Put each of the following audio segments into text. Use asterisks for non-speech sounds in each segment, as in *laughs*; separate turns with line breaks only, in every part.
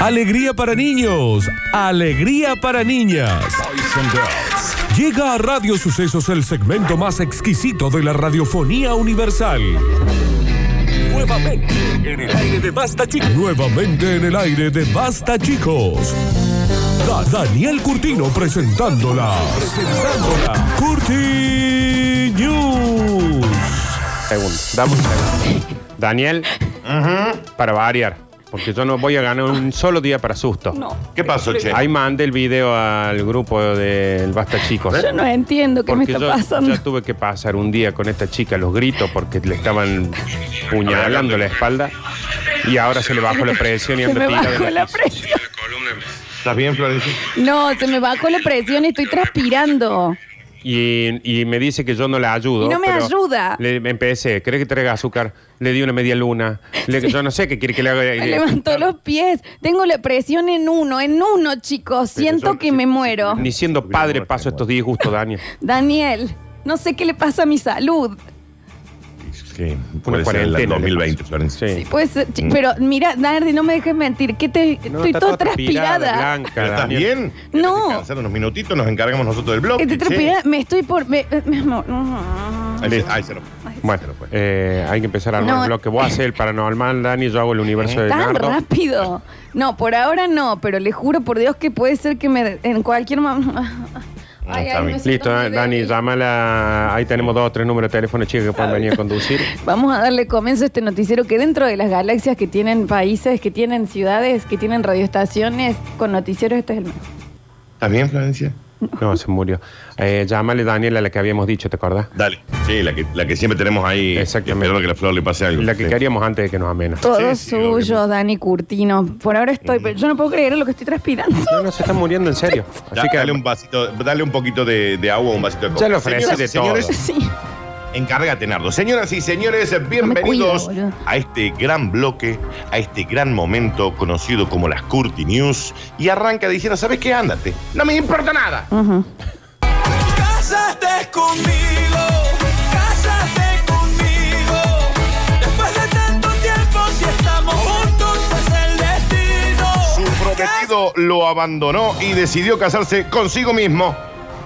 Alegría para niños, alegría para niñas. Llega a Radio Sucesos el segmento más exquisito de la radiofonía universal. Nuevamente en el aire de Basta Chicos. Nuevamente en el aire de Basta Chicos. Da- Daniel Curtino presentándola. Presentándola. Curti News.
Segundo, dame un segundo. Daniel, para variar, porque yo no voy a ganar un solo día para susto.
No.
¿Qué pasó, che?
Ahí mandé el video al grupo del Basta Chicos.
Yo no entiendo qué me
Porque
está
yo
pasando.
ya
*laughs*
tuve que pasar un día con esta chica los gritos porque le estaban puñalando la espalda y ahora se le bajó la presión y
Se
anda
me
tirada en
bajó la
piso.
presión.
¿Estás bien, Florencia?
No, se me bajó la presión y estoy transpirando.
Y, y me dice que yo no la ayudo.
Y no me
pero
ayuda.
Le me empecé, ¿cree que traiga azúcar? Le di una media luna. Le- Yo no sé qué quiere que le haga. eh,
Me levantó los pies. Tengo la presión en uno, en uno, chicos. Siento
yo-
que me muero.
Ni siendo padre paso estos disgustos,
*laughs*
Daniel.
Daniel, no sé qué le pasa a mi salud.
Sí,
Una
puede ser el
cuarentena,
2020,
le
Florencia.
Sí.
Sí, pues, ch- pero mira, Nardi, no me dejes mentir. que te,
Mm. No,
estoy
está
toda
toda
transpirada.
blanca,
¿Pero ¿Estás
Daniel.
bien?
No.
¿Querés descansar unos minutitos, nos encargamos nosotros del blog.
Estoy transpirada. Me estoy por. me- eh, me- no.
Ahí, se- ahí se lo
Bueno, eh, hay que empezar a armar
No.
el bloque. Vos haces el paranormal, Dani, yo hago el universo de
Tan
Nardo.
rápido. No, por ahora no, pero le juro por Dios que puede ser que me en cualquier momento.
Ah, está bien.
Listo, Dan- Dani, llámala. Ahí tenemos dos o tres números de teléfono, chicos, que pueden venir a
*laughs*
conducir.
Vamos a darle comienzo a este noticiero que dentro de las galaxias que tienen países, que tienen ciudades, que tienen radioestaciones, con noticieros este es el mejor.
¿Estás bien, Florencia?
No, se murió. Eh, llámale, Daniel, a la que habíamos dicho, ¿te acordás?
Dale. Sí, la que, la que siempre tenemos ahí.
Exactamente.
Esperando que la Flor le pase algo.
La que
Sí.
queríamos antes de que nos amena.
Todo
sí,
suyo,
obviamente.
Dani Curtino. Por ahora estoy, pero yo no puedo creer lo que estoy transpirando.
No, no, se está muriendo en serio.
Da-
Así que
dale un vasito, dale un poquito de, de agua, un vasito de coca.
Ya le ofrecí
Señoras y
de
señores,
todo.
Sí.
Encárgate, Nardo. Señoras y señores, bienvenidos
cuido, boludo.
a este gran bloque, a este gran momento conocido como las Curti News. Y arranca diciendo, ¿sabes qué? Ándate. No me importa nada.
Ujú.
Cásate conmigo, cásate conmigo. Después de tanto tiempo, si estamos juntos, es el destino.
Su prometido lo abandonó y decidió casarse consigo mismo.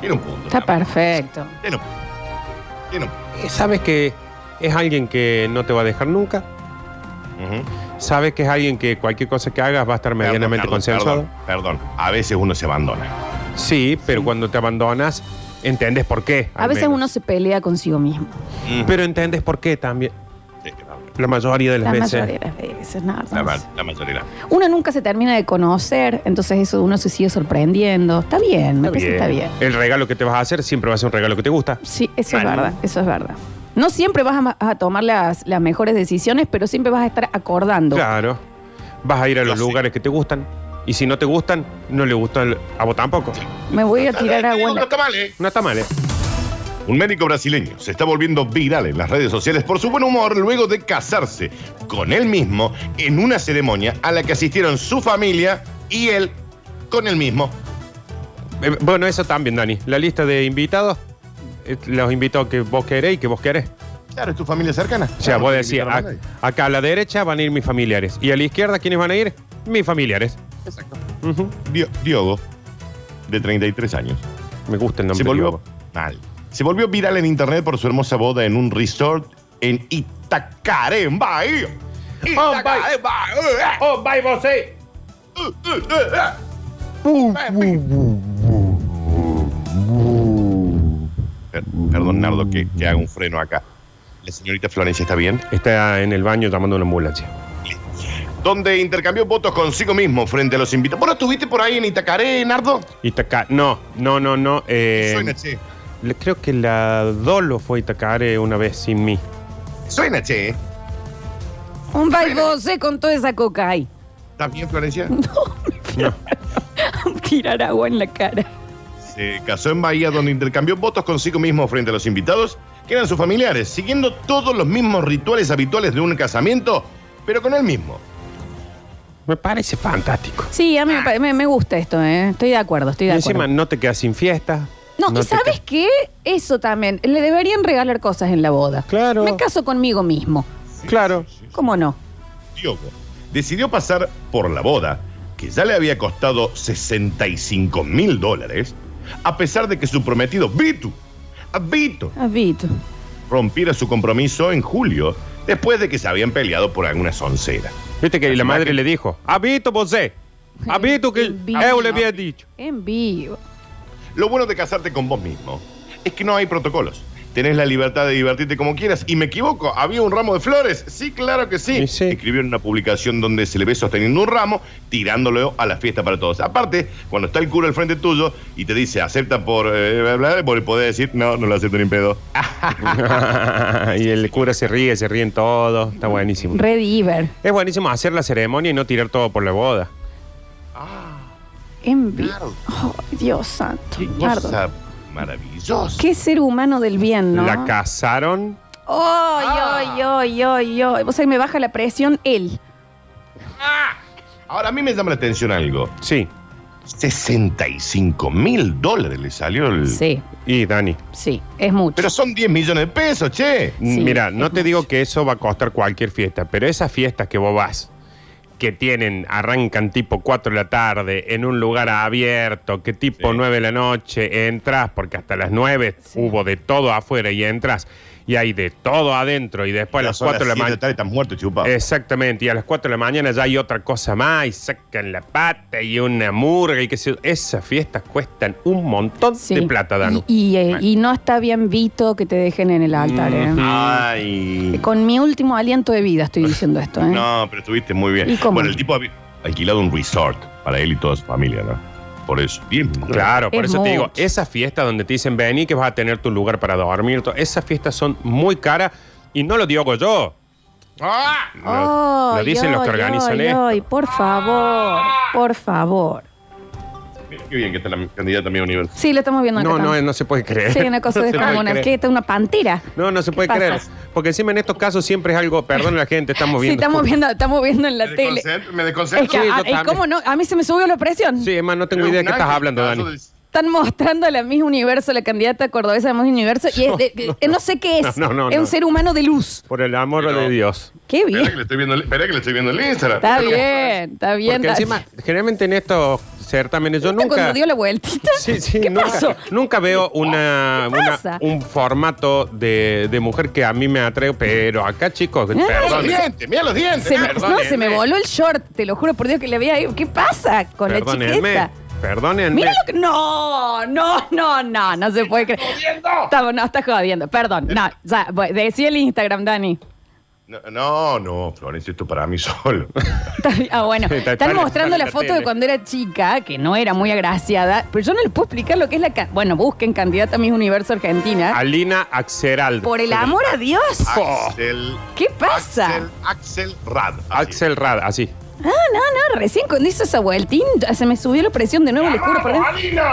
Tiene un punto.
Está perfecto.
Tiene un punto. Tiene un punto.
eh, sabes que es alguien que no te va a dejar nunca.
Ujú.
Sabes que es alguien que cualquier cosa que hagas va a estar medianamente
Perdón, Nardo,
consensuado.
Perdón, perdón. A veces uno se abandona.
Sí, pero cuando te abandonas, entendés por qué.
A
al
veces
menos.
uno se pelea consigo mismo.
Pero entendés por qué también.
Sí, perdón.
La mayoría de las
La
veces.
mayoría de las veces, nada
La,
más.
ma- la mayoría.
Uno nunca se termina de conocer, entonces eso uno se sigue sorprendiendo. Está bien, me parece que está bien.
El regalo que te vas a hacer siempre va a ser un regalo que te gusta.
Sí, eso es verdad, eso es verdad. No siempre vas a, ma- a tomar las, las mejores decisiones, pero siempre vas a estar acordando.
Claro. Vas a ir a los
Yo sé.
lugares que te gustan. Y si no te gustan, no le gustan a vos tampoco.
Me voy a tirar agua. en la-
Unos tamales.
No está mal, ¿eh?
Un médico brasileño se está volviendo viral en las redes sociales por su buen humor luego de casarse con él mismo en una ceremonia a la que asistieron su familia y él con él mismo.
Eh, Bueno, eso también, Dani. La lista de invitados, eh, los invitados que vos querés y que vos querés.
Claro, es tu familia cercana.
O sea, vos ah, decís, "Ac- acá a la derecha van a ir mis familiares. Y a la izquierda, ¿quiénes van a ir? Mis familiares. Ujú.
Dio- Diogo, de 33 años,
Me gusta el nombre.
se volvió
Diogo.
mal. Se volvió viral en internet por su hermosa boda en un resort en Itacaré, en Bahía.
Oh,
Itacaré, en Bahía.
¡Oh, bye, vos, eh!
Uh, uh, uh, uh. Per- Perdón, Nardo, que, que haga un freno acá. ¿La señorita Florencia está bien?
Está en el baño llamando a una ambulancia.
Donde intercambió votos consigo mismo frente a los invitados. ¿Vos no estuviste por ahí en Itacaré, Nardo?
Itaca. No, no, no, no. eh,
Suena, che.
le- creo que la Dolo fue a Itacaré una vez sin mí.
Suena, che. ¿eh?
Un baibose con toda esa coca ahí. *laughs*
¿Estás bien, *laughs* Florencia? *laughs*
No.
tirar agua en la cara.
Se casó en Bahía, donde intercambió votos consigo mismo frente a los invitados, que eran sus familiares, siguiendo todos los mismos rituales habituales de un casamiento, pero con él mismo.
Me parece fantástico.
Sí, a mí me pa- me, me gusta esto, ¿eh? Estoy de acuerdo,
Ah.
estoy
Y
de
encima
acuerdo.
no te quedas sin fiesta.
No, ¿y
te
sabes qué? Eso también. Le deberían regalar cosas en la boda.
Claro.
Me caso conmigo mismo.
quedas- Claro.
¿Cómo no?
Diogo decidió pasar por la boda que ya le había costado 65 mil dólares, a pesar de que su prometido Vito, a Vito,
Habito.
rompiera su compromiso en julio, después de que se habían peleado por alguna soncera.
Viste que la madre le dijo, habito vos, habito que
Vito.
yo le había dicho.
En vivo.
Lo bueno de casarte con vos mismo es que no hay protocolos. Tenés la libertad de divertirte como quieras. Y me equivoco, había un ramo de flores. Sí, claro que sí.
Y sí.
Escribió en una publicación donde se le ve sosteniendo un ramo, tirándolo a la fiesta para todos. Aparte, cuando está el cura al frente tuyo y te dice, acepta por... eh, bla, bla, bla", por poder decir, no, no lo acepto ni en pedo. Ah,
*laughs* y el cura se ríe, se ríen todos. Está buenísimo.
Red Iber.
Es buenísimo hacer la ceremonia y no tirar todo por la boda.
En vivo. Oh, Dios santo.
qué
Nardo.
cosa maravillosa.
Qué ser humano del bien, ¿no?
La casaron.
¡Ay,
Ah.
ay, ay, ay, ay! O sea, me baja la presión él.
Ahora, a mí me llama la atención algo.
Sí.
65 mil dólares le salió el...
Sí,
Y Dani,
sí, es mucho.
Pero son 10 millones de pesos, che.
Sí,
mira,
es
no te digo que eso va a costar cualquier fiesta, pero esas fiestas que vos vas, que tienen, arrancan tipo 4 de la tarde, en un lugar abierto, que tipo 9 de la noche entras, porque hasta las 9
Sí.
hubo de todo afuera y entras, y hay de todo adentro, y después a las
Son
4 de la
siete
mañana. Eh,
tarde, estás muerto, chupado.
Exactamente, y a las 4 de la mañana ya hay otra cosa más, y sacan la pata y una murga y qué sé yo. Esas fiestas cuestan un montón
Sí.
de plata, Danu.
Y, y, eh, y no está bien Vito que te dejen en el altar, ¿eh?
Ay.
Con mi último aliento de vida estoy diciendo esto, ¿eh?
No, pero estuviste muy bien.
¿Y cómo?
Bueno, el tipo había alquilado un resort para él y toda su familia, ¿no? Por eso. Bien. ¿no?
Claro, por
Es
eso te digo,
mucho.
esas fiestas donde te dicen vení que vas a tener tu lugar para dormir, to- esas fiestas son muy caras y no lo digo yo. Lo- lo
¡Ah! Ay,
dicen los que
ay,
organizan ¿eh?
ay,
esto.
ay, por favor, por favor.
Mira, qué bien que está la candidata a mi universo.
Sí, lo estamos viendo acá.
No, no,
también.
no se puede creer.
Sí, una
*laughs*
cosa
No se puede
descomunal.
creer.
¿Qué? ¿Está una pantera?
No, no se puede
pasa?
creer. Porque encima en estos casos siempre es
*laughs*
algo, perdón la gente, estamos
Sí,
viendo.
estamos viendo, estamos viendo en la tele.
Me desconcentro.
Es que,
Sí,
a-
yo
ey, ¿cómo no? A mí se me subió la presión.
Sí, es más, no tengo idea de qué estás hablando, Dani.
Están mostrando a la Miss Universo, la candidata cordobesa de Miss Universo, y es de- de- no, sé qué es.
No, no, no,
es un
no.
ser humano de luz.
Por el amor
Pero-
de Dios.
Qué
Espera que
bien.
le estoy viendo, espera que le estoy viendo el Instagram.
Está bien, está bien.
Porque
está-
encima, generalmente en estos certámenes yo
¿Viste
nunca...
Cuando dio la *laughs* vueltita.
Sí, sí,
¿Qué
nunca,
pasó?
nunca veo una,
¿Qué
una-
pasa?
un formato de, de mujer que a mí me atrae, pero acá, chicos,
Los
perdón.
dientes, mira los dientes.
Se me- no,
Perdónenme.
se me voló el short, te lo juro por Dios que le había ido. ¿Qué pasa con la
Perdónenme,
chiqueta?
perdónenme.
Mira lo que. No, no, no, no, no se puede creer. Estamos, no, estás jodiendo. Perdón, no, ya, voy, decía el Instagram, Dani.
No, no, no, Florencia, esto para mí *laughs* solo.
Ah, bueno.
Sí, tal
Están
cual,
mostrando
tal
la
cual
foto de
tiene.
cuando era chica, que no era muy agraciada, pero yo no les puedo explicar lo que es la. ca- Bueno, busquen candidata a Miss Universo Argentina.
Alina Axeral.
Por el amor a Dios.
Oh.
Axel.
¿Qué pasa? Ah,
Axel, Axel Rad. así.
Axel Rad, así.
No, no, recién cuando hizo esa vueltín, ya se me subió la presión de nuevo, les juro. por Dios.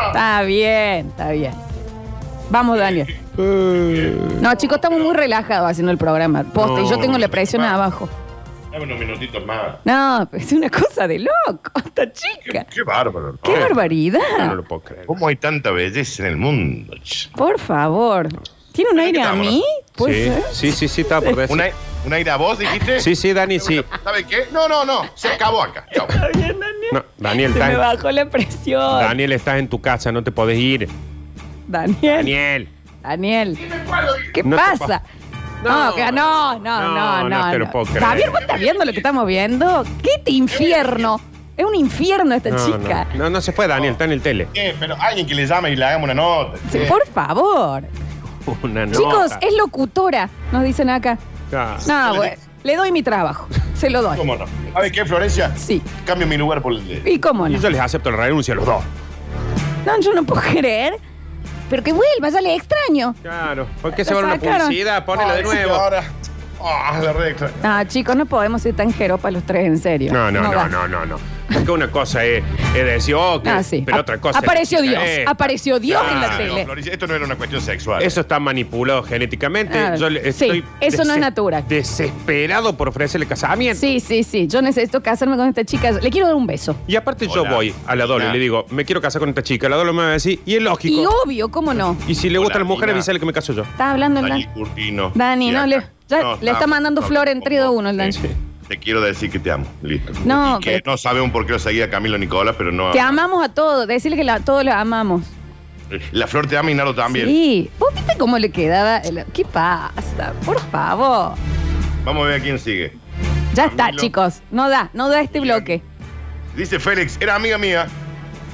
Está bien, está bien. Vamos, Daniel. No, chicos, estamos muy relajados haciendo el programa. Posta, y yo
No,
tengo la presión
va.
abajo.
Dame unos minutitos más.
No, *laughs* es una cosa de loco, esta chica.
Qué bárbaro. ¿no?
¡Qué
No
barbaridad!
lo puedo creer.
¿Cómo hay tanta belleza en el mundo? che?
Por favor. ¿Tiene un
¿De qué
aire a
estamos?
mí? ¿Puede
Sí,
ser?
sí, sí, sí, estaba por decir.
¿Una, una ira a vos, dijiste?
Sí, sí, Dani, sí.
¿Sabe qué? No, no, no. Se acabó acá. Chau.
Está bien, Daniel.
No, Daniel,
Se
estás-
me bajó la presión.
Daniel, estás en tu casa, no te podés ir.
Daniel.
Daniel.
Daniel. ¿Qué
No te
pasa? No, que- no, no, no,
no,
no.
no te lo puedo creer.
Javier, ¿vos estás viendo lo que estamos viendo? ¿Qué te infierno? Es un infierno esta
No,
chica.
no, no, no se fue, Daniel, está en el tele.
Eh, pero alguien que le llame y le hagamos una nota. Eh,
Sí,
che.
Por favor.
Una nota.
Chicos, es locutora, nos dicen acá.
Ah,
No, güey. Le doy mi trabajo. Se lo doy.
¿Cómo no? ¿Sabes qué, Florencia?
Sí.
Cambio mi lugar por el de...
¿Y cómo
Y
no?
yo les acepto la renuncia a los dos.
No, yo no puedo creer. Pero que vuelva, ya le extraño.
Claro. ¿Por qué
se
se
va
va
la
una
sacaron. publicidad?
publicidad? Ponela de
Ay,
nuevo.
Ahora. Ah, la red extra.
Ah, chicos, no podemos ser tan jeropa los tres, en serio.
No, no, no,
da.
no, no, no. Porque una cosa es, es decir, oh, que-
Ah, sí.
pero
A-
otra cosa. es
apareció
la chica
Dios,
esta.
apareció Dios en la
Ah,
tele.
no, Florencia, esto no era una cuestión sexual.
Eso está manipulado genéticamente.
Ah,
Yo le-
sí,
estoy
eso no es
dese-
natural.
Desesperado por ofrecerle casamiento.
Sí, sí, sí. Yo necesito casarme con esta chica. Le quiero dar un beso.
Y aparte yo
Hola.
voy a la Dole y
Hola.
le digo, me quiero casar con esta chica. La Dole me va a decir, y es lógico.
Y obvio, ¿cómo no?
Y si le gustan
Hola,
las mujeres,
Nina.
avísale que me caso yo.
Está hablando el
Dani
Dani.
Curtino.
Dani,
Y
no,
acá.
le, ya
No,
le está mandando
no,
flor en
no,
3 2 1 el Dani.
sí. Te quiero decir que te amo. Listo.
No,
Y que
pero-
no sabemos por qué lo seguía Camilo Nicolás, pero no.
Te amamos a todos, decirle que la- todos los amamos.
La flor te ama y Naro también.
Sí, vos viste cómo le quedaba. el- ¿Qué pasa? Por favor.
Vamos a ver a quién sigue.
Ya está,
Camilo.
chicos. No da, no da este bloque.
Dice Félix, era amiga mía.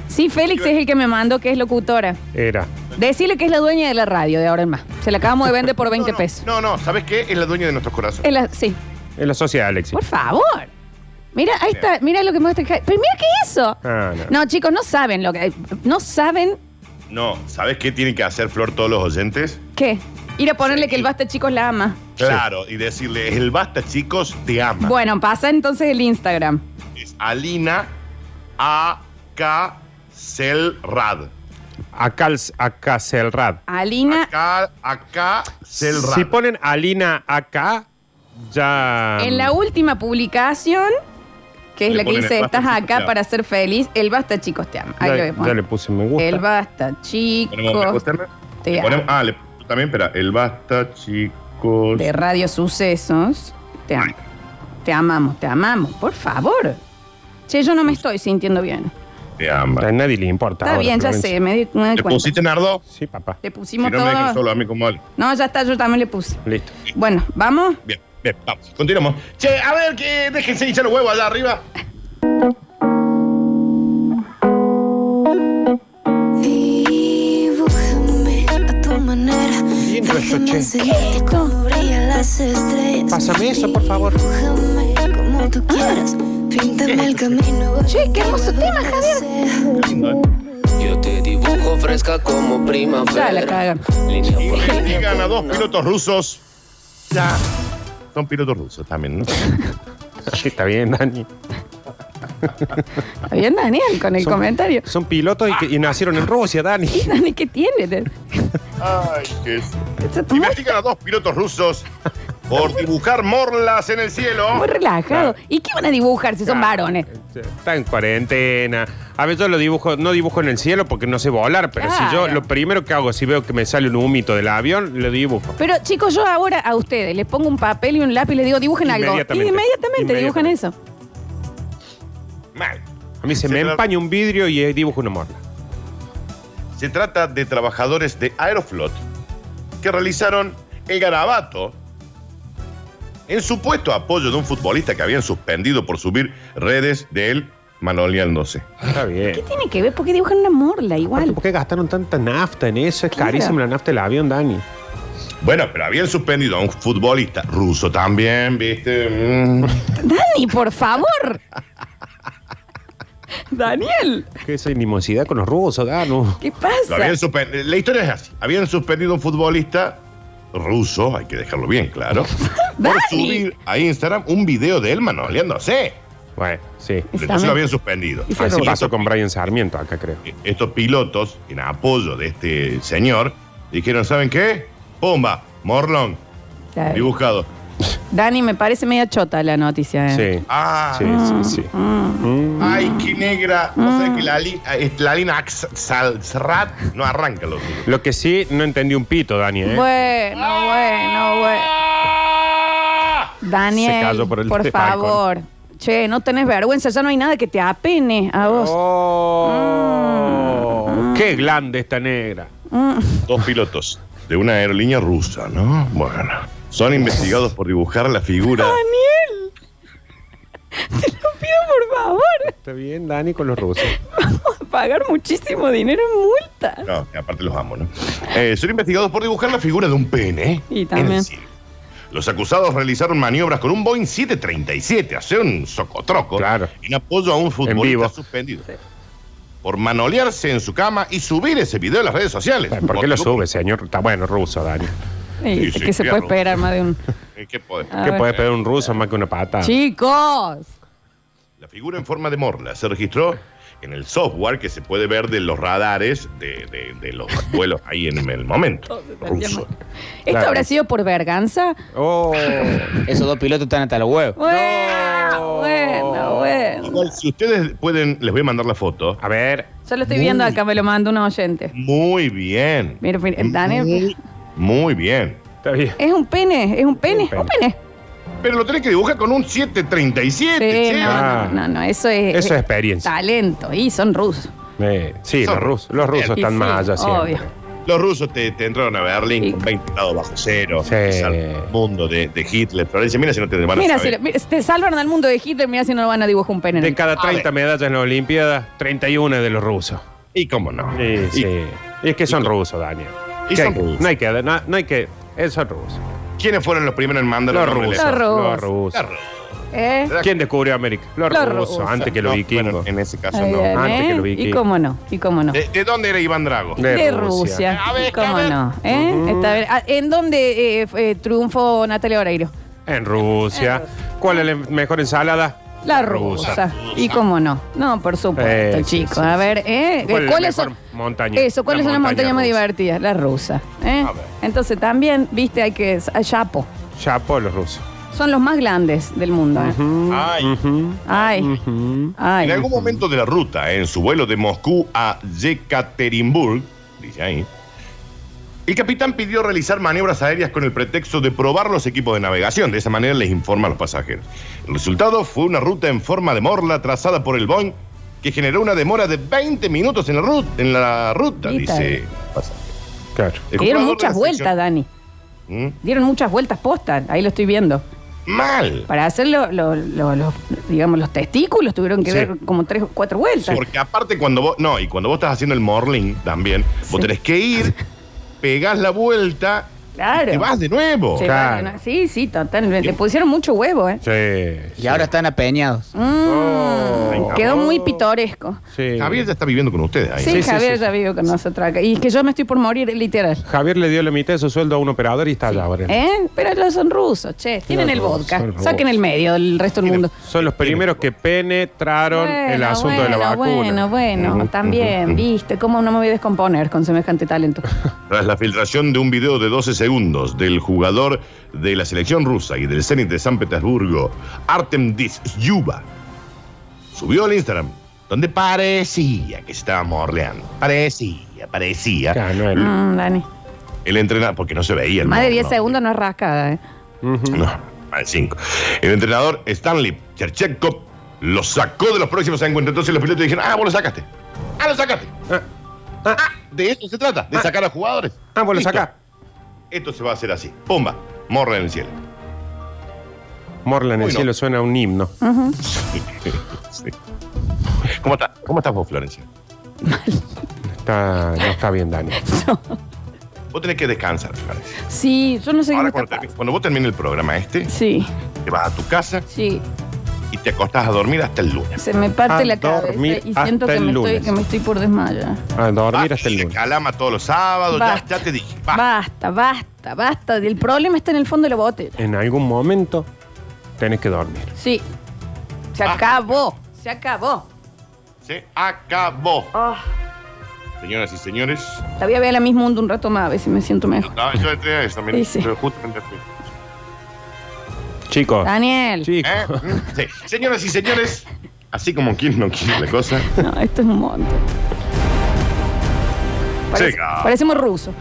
Sí, Félix es el que me mandó que es locutora.
Era.
Decirle que es la dueña de la radio de ahora en más. Se la acabamos
*laughs*
de vender por 20
no, no,
pesos.
No, no, ¿sabes qué? Es la dueña de nuestros corazones.
Es la- sí,
Es la sociedad, Alexis.
por favor. Mira, ahí está, mira lo que muestra. Pero mira qué es eso.
Ah, no.
No, chicos, no saben lo que. No saben
No, ¿sabes qué tienen que hacer Flor todos los oyentes?
qué. Ir a ponerle que el basta, chicos, la ama.
Claro, y decirle, el basta, chicos, te ama.
Bueno, pasa entonces el Instagram.
Es Alina A. K. Selrad.
Acá, acá Selrad.
Alina,
Acá, acá Selrad.
Si ponen Alina acá, ya.
en la última publicación, que es
Le
la que
ponen el
dice,
basta,
estás
chicos, te
acá
ama".
para ser feliz, el basta, chicos, te ama. Ahí
ya,
lo vemos.
ya le puse me gusta.
El basta,
Ponemos me
chicos,
gusta, ¿no?
te
Le
amo.
ponemos- ah, le pongo también, espera. El basta, chicos.
de Radio Sucesos, te amo. Te amamos, te amamos, por favor. Che, yo no me estoy sintiendo bien.
Te ama.
A nadie le importa.
Está
ahora,
bien, ya
Florencia.
sé, me di me doy
¿Te
cuenta.
pusiste, Nardo?
Sí, papá.
Le
Si
pusimos
no me dejan
todo.
solo a mí como él.
No, ya está, yo también le puse.
Listo.
Bueno, ¿vamos?
Bien, bien, vamos. Continuamos. Che, a ver, que déjense hinchar los huevos allá arriba.
Dibújame a tu manera.
Lindo esto,
Déjame
che.
enseñarte cómo brillan las estrellas.
Pásame eso, por favor.
Dibújame como tú quieras. Píntame el camino.
*laughs* Che, qué hermoso tema,
Javier.
Lindo, ¿eh?
Yo te dibujo fresca como
Ya
primavera.
la cagan.
Línea por línea
Investigan a
por
dos
una.
pilotos rusos. Ya. Son pilotos rusos también, ¿no?
Sí, está bien, Dani.
Está bien, Daniel, con el
Son-
comentario.
Son pilotos y, que- y nacieron en Rusia, Dani.
Sí, Dani, ¿qué tiene?
Ay, qué.
Está muy,
Investigan a dos pilotos rusos por dibujar morlas en el cielo.
muy relajado. ¿Y qué van a dibujar si son varones?
Este, Está en cuarentena. A ver, yo lo dibujo, no dibujo en el cielo porque no sé volar, pero si yo
Claro.
lo primero que hago, si veo que me sale un humito del avión, lo dibujo.
Pero chicos, yo ahora a ustedes les pongo un papel y un lápiz y les digo, dibujen algo. Y
Inmediatamente.
inmediatamente, dibujan
Inmediatamente.
eso.
Mal.
A mí se
Sí,
me
claro.
empaña un vidrio y eh, dibujo una morla.
Se trata de trabajadores de Aeroflot que realizaron el garabato en supuesto apoyo de un futbolista que habían suspendido por subir redes de él, Manolial 12.
Está
¿Qué
bien.
tiene que ver? Porque dibujan una morla
Aparte,
igual.
¿Por qué gastaron tanta nafta en eso? Es
Claro.
carísima la nafta del avión, Dani.
Bueno, pero habían suspendido a un futbolista ruso también, ¿viste? Mm.
Dani, por favor.
*laughs*
Daniel,
¿Qué es esa animosidad con los rusos, Danu?
¿qué
Lo habían
pasa?
suspendido. La historia es así. Habían suspendido a un futbolista ruso, hay que dejarlo bien claro, por
Dani.
subir a Instagram un video de él manoleándose.
Bueno, sí.
Entonces lo habían suspendido.
Y fue
Así
Pero-
pasó con Brian Sarmiento acá, creo.
Eh.
estos pilotos, en apoyo de este señor, dijeron, ¿saben qué? Pumba, Morlón,
Está bien.
dibujado.
Dani, me parece media chota la noticia. ¿eh?
Sí.
Ah,
Sí, sí, sí.
ay, qué negra. O sea que la, li- eh, la línea Salzrat no arranca los
Lo que sí, no entendí un pito, Dani, ¿eh?
Bueno, bueno, bueno. Daniel,
Se cayó por
por,
el balcón.
favor. Che, no tenés vergüenza, ya no hay nada que te apene a vos. Ah.
Oh, ¡Qué glande esta negra!
Dos pilotos de una aerolínea rusa, ¿no? Bueno, son investigados por dibujar la figura.
Daniel, te lo pido por favor.
Está bien, Dani, con los rusos.
Vamos a pagar muchísimo dinero en multas.
No, que aparte los amo, ¿no? Eh, son investigados por dibujar la figura de un pene.
Y también.
en el cielo. Los acusados realizaron maniobras con un Boeing 737, hacer un socotroco,
Claro.
en apoyo a un futbolista
vivo.
suspendido. Por manolearse en su cama y subir ese video a las redes sociales.
¿Por qué lo
Motivo
sube, señor? Está bueno, ruso, Dani.
Y
sí,
que se
claro.
puede esperar más
*laughs*
de un.
por- eh, ¿qué puede?
Ah. A
¿Qué
ver.
puede pedir un ruso más que una pata?
¡Chicos!
La figura en forma de morla se registró en el software que se puede ver de los radares de, de- de los *laughs* vuelos ahí en el
Oh,
momento. Ruso.
¿Esto
Claro.
habrá sido por verganza?
¡Oh!
Esos dos pilotos están hasta los huevos.
Bueno, bueno, bueno.
Igual, si ustedes pueden, les voy a mandar la foto.
A ver,
Yo lo estoy viendo
Muy.
acá, me lo manda un oyente.
Muy bien.
Mira, mira, Daniel.
Muy, muy bien.
está bien.
Es un pene, es un pene,
Un pene.
un pene.
Pero lo tenés que dibujar con un 737,
Sí,
che.
no,
Ah.
no, no, no, eso es.
Eso es experiencia.
Talento, y son rusos.
Eh, sí,
Son-
los rusos, los rusos
Y
están
sí,
más allá siempre.
obvio.
Los rusos te, te entraron a Berlín
Sí.
con 20 grados bajo cero.
Sí.
Al mundo de, de Hitler. Pero dicen, mira si no te van a
Mira, si
saber.
lo- mira, te salvan al mundo de Hitler, mira si no lo van a dibujar un pene. ¿Eh? en
De
el-
cada
A ver.
30 medallas en las Olimpiadas, 31 es de los rusos.
Y cómo no.
Sí,
Y-
sí. Y es que son rusos, Daniel.
Y
Que-
son rusos.
No hay que. No, no hay que eh, son rusos.
¿Quiénes fueron los primeros en mandar
Los
nombres?
rusos.
Los rusos.
Los
Los
rusos.
rusos.
¿Eh?
¿Quién descubrió América? Los,
Los
rusos,
rusos.
antes que los
No,
vikingos.
bueno, en ese caso
Ahí
no.
viene,
antes que lo
¿eh?
vi
Y
que-
cómo no, y cómo no.
¿De, de dónde era Iván Drago?
De
De
Rusia.
Rusia. ¿Y ¿Cómo no? ¿Eh? Esta vez- ah, ¿En dónde eh, fue- triunfó Natalia Oreiro?
En Rusia. ¿Cuál es la mejor ensalada?
La rusa. ¿Y cómo no? No, por supuesto,
Eh, sí,
chicos.
sí,
a
sí.
ver, ¿eh?
¿Cuál es la
¿cuáles son?
mejor montaña?
Eso, ¿cuáles
La
son las
montaña
montañas más
rusa.
divertidas? La rusa. ¿eh?
A ver.
Entonces también, viste, hay que. a Chapo.
Chapo, pues, los rusos.
Son los más grandes del mundo. ¿eh?
Ay.
Ay. Ay.
En algún momento de la ruta, en su vuelo de Moscú a Yekaterinburg, dice ahí, el capitán pidió realizar maniobras aéreas con el pretexto de probar los equipos de navegación. De esa manera les informa a los pasajeros. El resultado fue una ruta en forma de morla trazada por el Boeing que generó una demora de 20 minutos en la ruta, en la ruta
Mita.
dice el pasajero.
Claro.
El
Dieron
jugador de
muchas
la
vueltas,
selección-
Dani.
¿Mm?
Dieron muchas vueltas postas. Ahí lo estoy viendo.
Mal.
Para hacer lo- lo- lo- lo- digamos, los testículos tuvieron que
Sí.
dar como tres o cuatro vueltas.
Porque aparte cuando vos, no, y cuando vos estás haciendo el morling también,
Sí.
vos tenés que ir, pegás la vuelta
Claro.
y te vas de nuevo.
Se
Claro.
van, ¿no? Sí, sí, totalmente. Le pusieron mucho huevo, ¿eh?
Sí.
Y ahora están apeñados.
Oh,
Mm, Quedó muy pitoresco.
Sí.
Javier ya está viviendo con ustedes ahí.
Sí,
Sí, sí,
Javier
sí,
ya vive con nosotros acá. Y es que yo me estoy por morir, literal.
Javier le dio la mitad de su sueldo a un operador y está allá ahora.
¿Eh? Pero los son rusos, che. Tienen el
rusos,
vodka.
son rusos.
Saquen el medio del resto del mundo.
Son los primeros que penetraron el asunto de la
bueno,
vacuna.
Bueno, bueno,
Ujú,
también, viste, cómo no me voy a descomponer con semejante
*laughs*
talento.
Tras la filtración de un video de 12 segundos del jugador de la selección rusa y del Zenit de San Petersburgo, Artem Disyuba, subió al Instagram donde parecía que se estaba morleando. Parecía, parecía.
Ya, no era.
Mm, Dani.
El entrenador, porque no se veía. el
Más de
morro,
10
no.
segundos no es rascada, ¿eh?
No, al 5. El entrenador Stanley Cherchenko lo sacó de los próximos encuentros. Entonces los pilotos dijeron, ah, vos lo sacaste. Ah, lo sacaste.
Ah, ah,
Ah, de eso se trata, de sacar a jugadores.
ah, vos lo
Listo.
sacá.
Esto se va a hacer así. Pumba, morra en el
*laughs*
cielo.
Morla en el
Uy, no.
cielo suena un himno.
Sí. ¿Cómo, está- ¿Cómo estás vos, Florencia?
Está, no está bien, Dani.
Vos tenés que descansar, Florencia.
Sí, yo no sé qué
Ahora,
me
cuando,
está
termi- cuando vos termines el programa este,
pas- Sí,
te vas a tu casa
sí.
y te acostás a dormir hasta el lunes.
Se me parte
A
la cabeza
dormir
y siento
hasta
que
el
me, estoy,
lunes.
que me estoy por desmayar.
A dormir hasta el
Basta de
este lunes.
calama todos los sábados, ya,
Basta.
ya te dije. basta.
Basta, basta, basta. El problema está en el fondo de la botella.
En algún momento tenés que dormir.
Sí. Se
Basta.
acabó, se acabó.
Se acabó.
Oh,
Señoras y señores,
todavía voy a la misma onda un rato más, a ver si me siento mejor.
no, yo entré a eso, mira,
Sí, sí.
yo justamente fui.
Chicos.
Daniel.
Chicos.
¿Eh? Mm, sí. Señoras y señores, así como quien no quiere la cosa,
No, esto es un montón. Parece-
Llega.
parecemos rusos.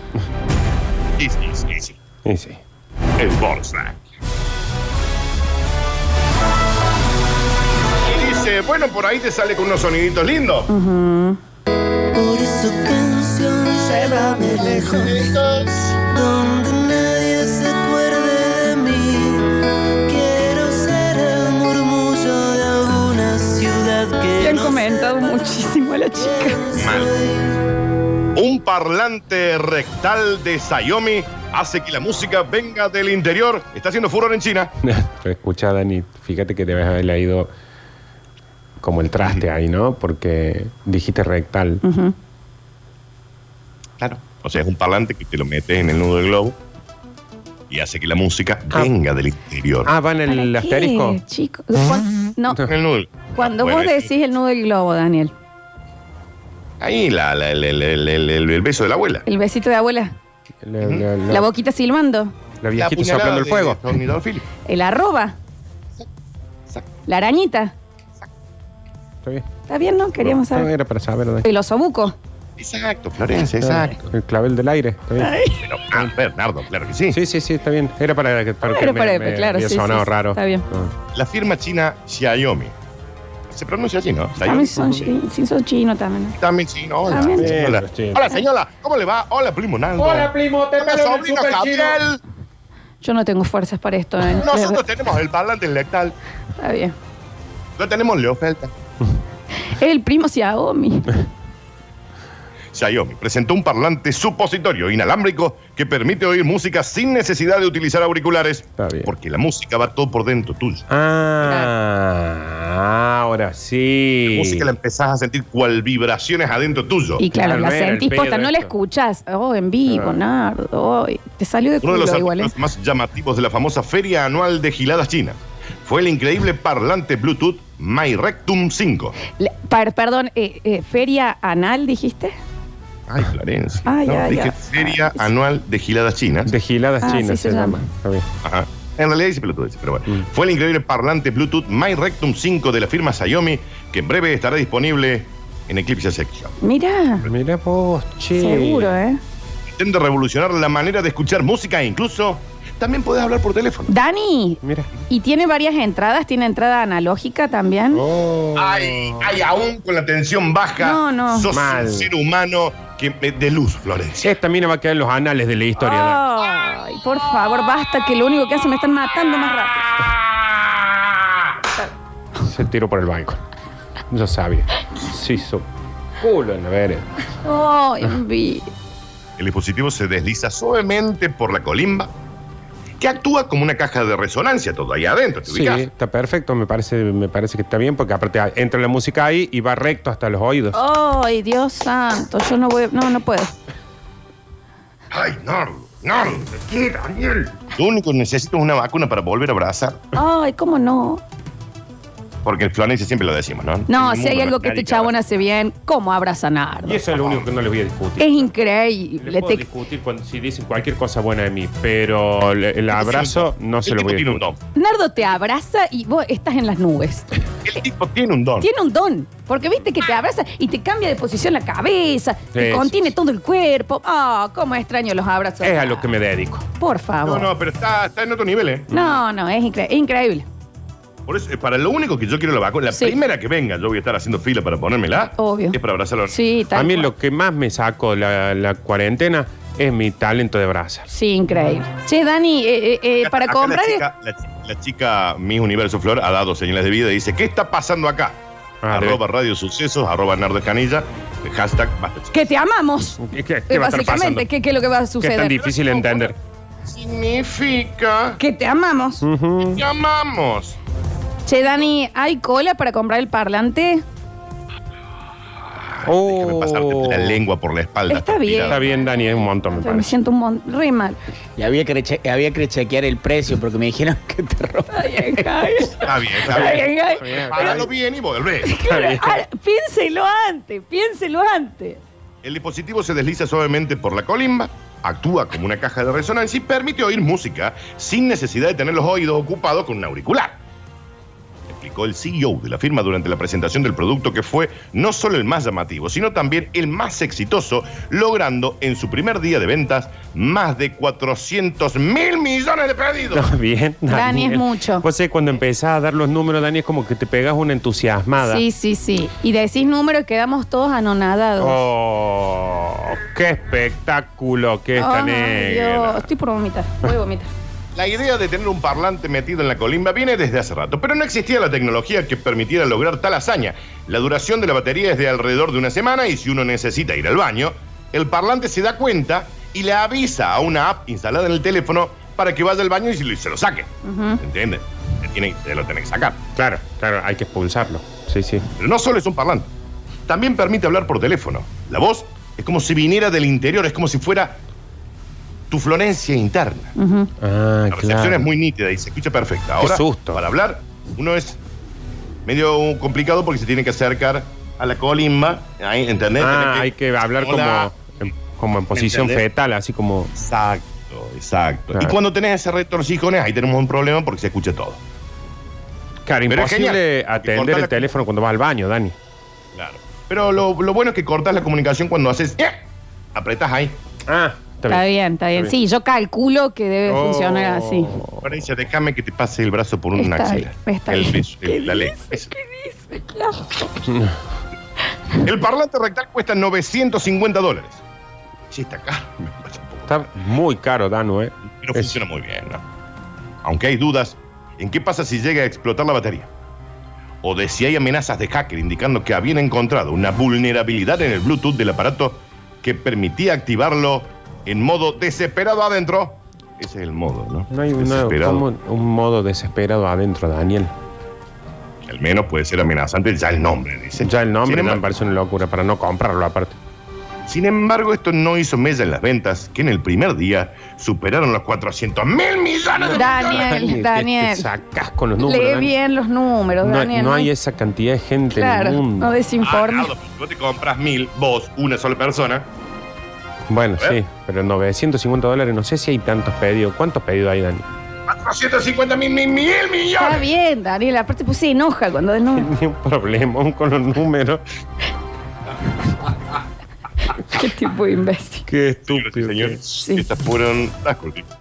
es, es, es,
Y sí. *laughs*
el Borsa. Y dice, bueno, por ahí te sale con unos soniditos lindos.
Por eso canción, llévame lejos. Donde nadie se acuerde de mí. Quiero ser el murmullo de alguna ciudad que.
Le han
no
comentado
sepa
muchísimo a la chica. *laughs*
quién
Mal.
soy.
Un parlante rectal de Xiaomi hace que la música venga del interior. Está haciendo furor en China.
Escucha, Dani, fíjate que debes haber leído como el traste ahí, ¿no? Porque dijiste rectal.
Claro. O sea, es un parlante que te lo metes en el nudo del globo y hace que la música
Ah.
venga del interior.
Ah, va en el
¿Para qué,
asterisco.
chico? Cuan- No,
En el nudo.
cuando
Bueno,
vos
es-
decís el nudo del globo, Daniel,
Ahí, la, la- el- el- el- el- el- el beso de la abuela.
el besito de abuela,
La, la- la-
la boquita silbando,
la viejita soplando el fuego.
el arroba, la arañita.
Está bien.
Está bien, ¿no? Queríamos
No,
saber.
era para saber. Dani.
El osobuco.
Exacto, Florencia, exacto.
El clavel del aire. Está bien.
Pero, ah, Bernardo, claro que sí.
Sí, sí, sí, está bien. Era para que, para que
Ah, Era
me-
para-
me
claro,
había
sí,
sonado
sí, sí,
raro.
está bien.
Ah.
La firma china Xiaomi. Se pronuncia así, ¿no?
También son, chi- sí, son chinos también.
También chino. Hola.
También
Hola.
chino.
Hola. Hola, señora. ¿Cómo le va? Hola, primo Naldo.
Hola, primo, te
Hola,
veo en el
sobrino
super
Gabriel.
Yo no tengo fuerzas para esto. ¿eh?
Nosotros tenemos el parlante letal.
Está bien.
Lo tenemos Leo Felta.
Es el primo Xiaomi.
Xiaomi presentó un parlante supositorio inalámbrico que permite oír música sin necesidad de utilizar auriculares.
Está bien.
Porque la música va todo por dentro tuyo.
Ah, ahora
La
sí.
música la empezás a sentir cual vibraciones adentro tuyo.
Y claro,
Claro,
la
no era el
sentís
pedo
posta, no la
esto. Ah.
escuchás. Oh, en vivo, Nardo. ay, te salió de
Uno de los
culo igual. ¿eh?
artículos más llamativos de la famosa Feria Anual de Giladas China fue el increíble parlante Bluetooth MyRectum 5.
Le- par- perdón, eh, eh, feria anal, dijiste.
Ay, Florencia.
Ay,
No,
ay,
dije
ay.
Feria Anual de Giladas Chinas.
De giladas
Ah,
chinas
sí,
se,
se
llama.
llama.
Está bien.
Ajá. En realidad dice Bluetooth, dice, pero bueno.
Mm.
Fue el increíble parlante Bluetooth MyRectum 5 de la firma Xiaomi, que en breve estará disponible en Eclipse Section.
Mira,
Mira vos, che.
seguro, ¿eh?
Intenta revolucionar la manera de escuchar música e incluso también podés hablar por teléfono.
Dani,
Mira.
y tiene varias entradas, tiene entrada analógica también.
Oh.
Ay, ay, aún con la tensión baja,
No, no.
sos
Mal.
un ser humano que me- de luz, Florencia.
Esta mina va a quedar en los anales de la historia. Dan.
Ay, por favor, basta, que lo único que hace me están matando más rápido. Oh.
Se tiró por el banco. Yo sabía. Sí, su culo en la vereda.
Ay, en vivo.
El dispositivo se desliza suavemente por la colimba, que actúa como una caja de resonancia todo ahí adentro, ¿te
Sí,
ubicás?
está perfecto. Me parece, me parece que está bien porque aparte ah, entra la música ahí y va recto hasta los oídos.
Oh. Ay, Dios santo, yo no voy, no, no puedo.
Ay, Nardo, Nardo, ¿qué, Daniel? Lo único que necesito es una vacuna para volver a abrazar.
Ay, ¿cómo no?
Porque el Florencia siempre lo decimos, ¿no?
No,
En el
si hay
mundo,
algo que
nadie
este chabón
abraza.
hace bien, ¿cómo abraza a Nardo?
Y eso es lo único que no les voy a discutir.
Es
Le
increíble.
puedo
te-
discutir cuando- si dicen cualquier cosa buena de mí, pero le- el abrazo no se
el
lo
tipo
voy a
tiene un
discutir.
don.
Nardo te abraza y vos estás en las nubes.
El tipo tiene un don.
Tiene un don, porque viste que te abraza y te cambia de posición la cabeza, te
Sí,
contiene
sí, sí.
todo el cuerpo. Ah, cómo extraño los abrazos.
Es a lo que me dedico.
Por
No,
favor.
no, pero está, está en otro nivel, ¿eh?
No, no, es incre- es increíble.
Por eso, eh, para lo único que yo quiero la vacuna, la
Sí.
primera que venga, yo voy a estar haciendo fila para ponérmela.
Obvio.
Es para abrazarlo.
Sí, tal
A mí
cual.
lo que más me saco la, la cuarentena es mi talento de brazar.
Sí, increíble. Che, Dani, eh, eh, eh,
Acá-
para
acá
comprar...
La chica, la chi- la chica Miss Universo Flor ha dado señales de vida y dice: ¿Qué está pasando acá?
Ah,
arroba Radio Sucesos, arroba Nardo Escanilla, hashtag basta, chicos.
Que te amamos.
¿Qué, qué-
Eh,
qué va a estar pasando?
Básicamente, ¿qué, qué es lo que va a
Que es tan
suceder?
difícil de entender.
Significa
Que te amamos.
Ujú.
que amamos.
Che, Dani, ¿hay cola para comprar el parlante?
Ah, Déjame pasarte la lengua por la espalda.
Oh. Está bien.
Está bien, Dani, es un montón, me
Yo me
parece.
siento un mon... re mal.
Y había que, reche- había que chequear el precio porque me dijeron *laughs* que te roban.
Ay,
*laughs*
ay, ay.
Está bien, está
Ay,
bien.
ay, ay.
Páralo bien y volvé.
Claro, ahora, piénselo antes, piénselo antes.
El dispositivo se desliza suavemente por la colimba, actúa como una caja de resonancia y permite oír música sin necesidad de tener los oídos ocupados con un auricular. Explicó el CEO de la firma durante la presentación del producto que fue no solo el más llamativo, sino también el más exitoso, logrando en su primer día de ventas más de 400 mil millones de pedidos.
Está *laughs* bien,
Dani, es mucho.
Pues cuando empezás a dar los números, Dani, es como que te pegas una entusiasmada.
Sí, sí, sí. Y decís números y quedamos todos anonadados.
Oh, qué espectáculo que esta
Ay,
negra.
Oh, Dios, estoy por vomitar, voy
*laughs*
a vomitar.
La idea de tener un parlante metido en la colimba viene desde hace rato, pero no existía la tecnología que permitiera lograr tal hazaña. La duración de la batería es de alrededor de una semana y si uno necesita ir al baño, el parlante se da cuenta y le avisa a una app instalada en el teléfono para que vaya al baño y se lo, se lo saque. ¿Entienden? Te, tiene- te lo tenés que sacar.
Claro, claro, hay que expulsarlo. Sí, sí.
Pero no solo es un parlante, también permite hablar por teléfono. La voz es como si viniera del interior, es como si fuera tu Florencia interna.
Ah,
La recepción
claro.
es muy nítida y se escucha perfecta. Ahora,
susto.
para hablar, uno es medio complicado porque se tiene que acercar a la colimba, ahí, ¿entendés?
Ah,
Tenés
hay que hablar
Hola.
como en, como en posición
¿Entendés?
fetal, así como.
Exacto, exacto.
Claro.
Y cuando tenés ese retorcijones, ahí tenemos un problema porque se escucha todo.
Claro,
Pero es
imposible
genial. Y
atender
cortar
el
la-
teléfono cuando vas al baño, Dani.
Claro. Pero lo, lo bueno es que cortas la comunicación cuando haces. ¡eh! Apretas ahí.
Ah,
Está bien, está bien.
Está
Sí, yo calculo que debe
Oh.
funcionar así.
Florencia, déjame que te pase el brazo por una
Está
axila.
bien, está
el,
bien.
beso, el- la lengua. Eso.
¿Qué dice? ¿Qué hace?
El parlante rectal cuesta 950 dólares. Sí, está caro. me parece un poco.
Está muy caro, Danu, ¿eh?
Pero
Es-
funciona muy bien, ¿no? Aunque hay dudas en qué pasa si llega a explotar la batería. O de si hay amenazas de hacker indicando que habían encontrado una vulnerabilidad en el Bluetooth del aparato que permitía activarlo en modo desesperado adentro. Ese es el modo, ¿no?
No hay una-
desesperado.
como un modo desesperado adentro, Daniel.
Al menos puede ser amenazante ya el nombre, dice.
Ya el nombre
Sin
me
embargo-
parece una locura para no comprarlo aparte.
Sin embargo, esto no hizo mella en las ventas, que en el primer día superaron los 400 mil millones de
Daniel,
Dani, te-
Daniel.
Te sacás con los números.
Lee
Dani.
bien los números,
No, hay-
Daniel.
no hay
hay-
esa cantidad de gente en el
Claro,
mundo.
no desinforme.
Ah, Nardo, pero si vos te compras mil, vos, una sola persona.
Bueno,
A ver.
sí, pero 950 dólares, no sé si hay tantos pedidos. ¿Cuántos pedidos hay, Dani? *laughs*
450 mil, mil, mil
Está
millones.
bien, Daniel. Aparte, pues se enoja cuando
*laughs*
des números.
Ni un problema con los números.
Qué tipo de imbécil.
Qué
Señoras y
estúpido. que es.
señores,
Sí.
estas fueron las cortinas.